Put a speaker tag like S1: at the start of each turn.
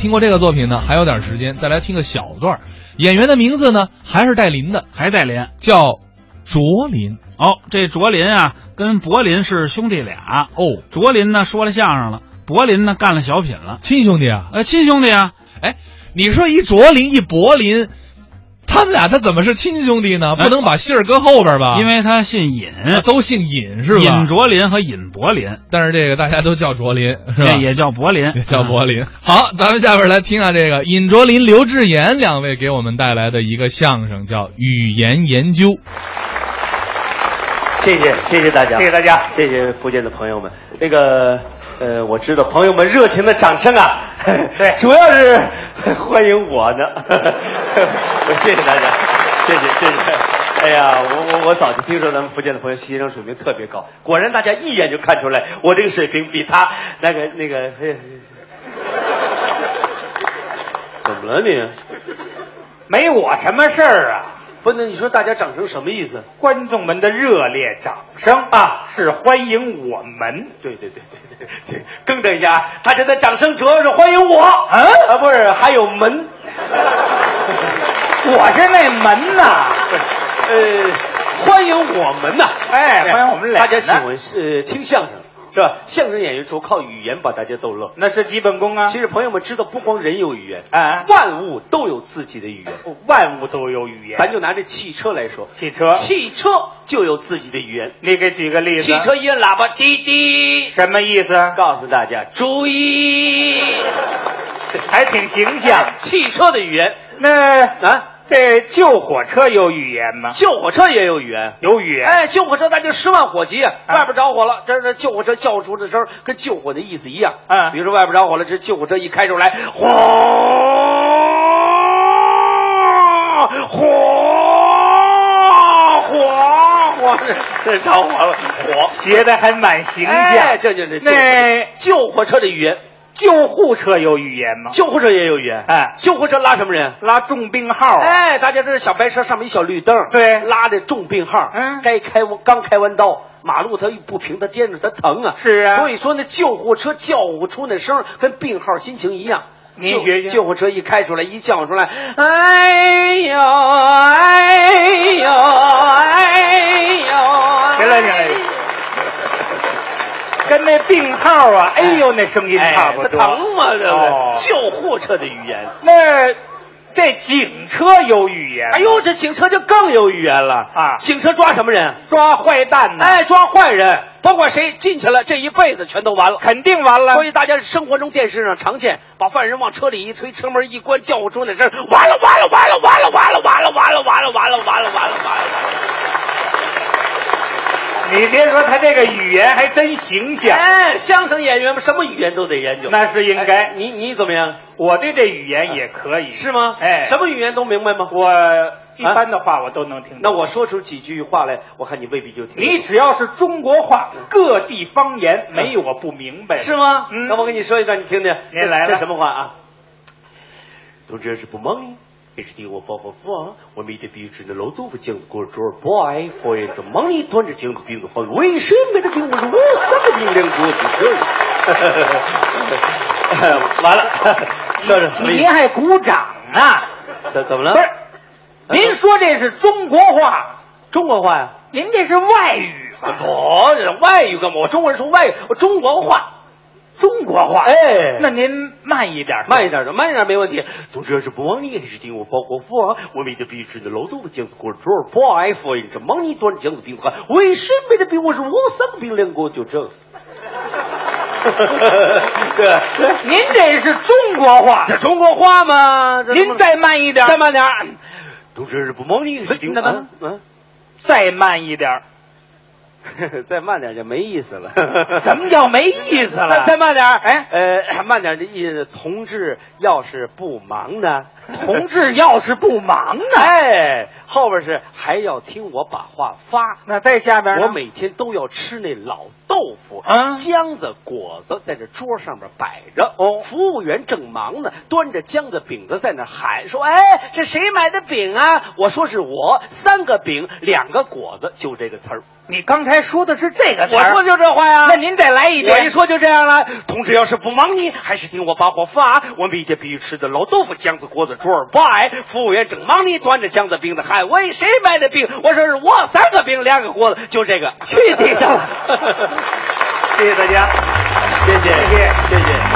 S1: 听过这个作品呢，还有点时间，再来听个小段儿。演员的名字呢，还是带林的，
S2: 还带林。
S1: 叫卓林
S2: 哦，这卓林啊，跟柏林是兄弟俩。
S1: 哦，
S2: 卓林呢说了相声了，柏林呢干了小品了。
S1: 亲兄弟啊！
S2: 呃，亲兄弟啊，
S1: 哎，你说一卓林一柏林，他们俩他怎么是亲兄弟呢？
S2: 哎
S1: 不能把姓儿搁后边吧？
S2: 因为他姓尹，
S1: 啊都姓尹是吧
S2: 尹？卓林和尹柏林，
S1: 但是这个大家都叫卓林是吧
S2: 这？也叫柏林，
S1: 也叫柏林。好，咱们下边来听下这个尹卓林、刘志言两位给我们带来的一个相声，叫《语言研究》。
S3: 谢谢谢谢大家，
S4: 谢谢大家
S3: 谢谢福建的朋友们。那个，呃，我知道朋友们热情的掌声啊，
S4: 对
S3: 主要是呵欢迎我呢。 我谢谢大家，谢谢谢谢。哎呀，我我我早就听说咱们福建的朋友欣赏水平特别高，果然大家一眼就看出来我这个水平比他那个那个。嘿怎么了你？
S4: 没我什么事儿啊！
S3: 不，那你说大家掌声什么意思？
S4: 观众们的热烈掌声啊，是欢迎我们。
S3: 对对对对对对，更正一下啊，大家的掌声主要是欢迎我，嗯啊不是，还有门，
S4: 我是那门呐，
S3: 呃，欢迎我们呐、
S4: 哎欢迎我们俩
S3: 大家喜欢是、呃、听相声是吧？相声演员主靠语言把大家逗乐。
S4: 那是基本功啊。
S3: 其实朋友们知道，不光人有语言，
S4: 啊，
S3: 万物都有自己的语言。
S4: 万物都有语言。
S3: 咱就拿这汽车来说，
S4: 汽车，
S3: 汽车就有自己的语言。
S4: 你给举个例子。
S3: 汽车一摁喇叭，滴滴，
S4: 什么意思？
S3: 告诉大家注意，
S4: 还挺形象。
S3: 汽车的语言
S4: 那
S3: 啊。
S4: 这救火车有语言吗？
S3: 救火车也有语言。
S4: 有语言。啊
S3: 哎，救火车那就十万火急，啊外边着火了，这这救火车叫出的声儿跟救火的意思一样。
S4: 嗯
S3: 比如说外边着火了，这救火车一开出来，
S4: 啊
S3: 火火火火，这着火了，火。
S4: 学的还蛮形象。
S3: 哎，这就是救火车救火
S4: 那
S3: 车的语言，
S4: 救护车有语言吗？
S3: 救护车也有语言。
S4: 哎
S3: 救护车拉什么人？
S4: 拉重病号啊。
S3: 哎，大家这是小白车，上面一小绿灯，
S4: 对
S3: 拉的重病号，
S4: 嗯
S3: 该开完刚开完刀，马路它一不平，它颠着它疼啊，
S4: 是啊
S3: 所以说那救护车叫呼出那声儿跟病号心情一样。
S4: 您
S3: 救
S4: 学学
S3: 救护车一开出来，一叫出来，哎呦，哎呦，哎呦，
S4: 行了行了，跟那病号啊，哎呦，那声音
S3: 哎
S4: 差不
S3: 它
S4: 多。
S3: 疼嘛，对不对？
S4: 哦
S3: 救护车的语言。
S4: 那这警车有语言吗，
S3: 哎呦，这警车就更有语言了
S4: 啊
S3: 警车抓什么人？
S4: 抓坏蛋呢，
S3: 哎，抓坏人，甭管谁进去了，这一辈子全都完了。
S4: 肯定完了
S3: 所。以大家生活中、电视上常见，把犯人往车里一推，车门一关，叫唤出那声，完了，完了，完了，完了，完了，完了，完了，完了，完了，完了，完了，完了。
S4: 你别说他这个语言还真形象，
S3: 哎，相声演员们什么语言都得研究，
S4: 那是应
S3: 哎
S4: 该。
S3: 你你怎么样？
S4: 我对这语言也可以，
S3: 是吗？
S4: 哎，
S3: 什？么语言都明白吗？
S4: 我一般的话我都能听
S3: 那
S4: 懂。
S3: 我说出几句话来，我看你未必就听得懂。
S4: 你只要是中国话，各地方言没有我不明白的。
S3: 是吗？
S4: 嗯
S3: 那我给你说一段，你听听。
S4: 您来了
S3: 这什么话啊？Don't you ever money? It's the one for fun. We meet the beach in the low dove jings go draw boy for the money. Don't you jings being the fun. We should make the thing was w o r something then go to girl. 完了， 说说什么意
S4: 您
S3: 思？
S4: 还鼓掌啊呢？
S3: 怎怎么了？
S4: 不是，您说这是中国话，
S3: 中国话呀？
S4: 您这是外语吧？
S3: 哎我外语干嘛？我中国人说外语，我中国话。
S4: 中国话。
S3: 哎
S4: 那您慢一点，
S3: 慢一点的，慢一点没问题。总之要是不忘你，你是听我包国富啊，我没得比吃的楼都不见子过桌不爱富，你这忙你端着镜子盯子看，为什么没得比我是我三个比两个就 挣？对，
S4: 您这是中国话，
S3: 这中国话嘛，这
S4: 您再慢一点，
S3: 再慢点儿。总之是不忙你，是听
S4: 那那
S3: 嗯嗯，
S4: 再慢一点，
S3: 再慢点就没意思 了。
S4: 怎么叫没意思了？
S3: 再慢点儿，
S4: 哎，
S3: 呃，慢点儿的意思，同志要是不忙 呢，
S4: 同志要是不忙啊呢，
S3: 哎，后边是还要听我把话发。
S4: 那在下边呢
S3: 我每天都要吃那老豆腐
S4: 啊
S3: 姜子、果子在这桌上面摆着。哦，服务员正忙呢，端着姜子、饼子在那喊说：“哎，这谁买的饼啊？”我说：“是我，三个饼，两个果子，就这个词儿。
S4: 你刚才说的是这个词
S3: 我
S4: 儿
S3: 说就这话呀。
S4: 那您再来一
S3: 我一
S4: 遍。
S3: 说就这样了，同志要是不忙你，还是听我把火发。我每天必须吃的老豆腐、酱子、锅子、猪儿拜。服务员正忙呢，端着箱子冰的喊：“喂，谁买的冰？”我说是我，三个冰，两个锅子，就这个。
S4: 去你的！
S3: 谢谢大家，谢谢，谢谢，谢谢。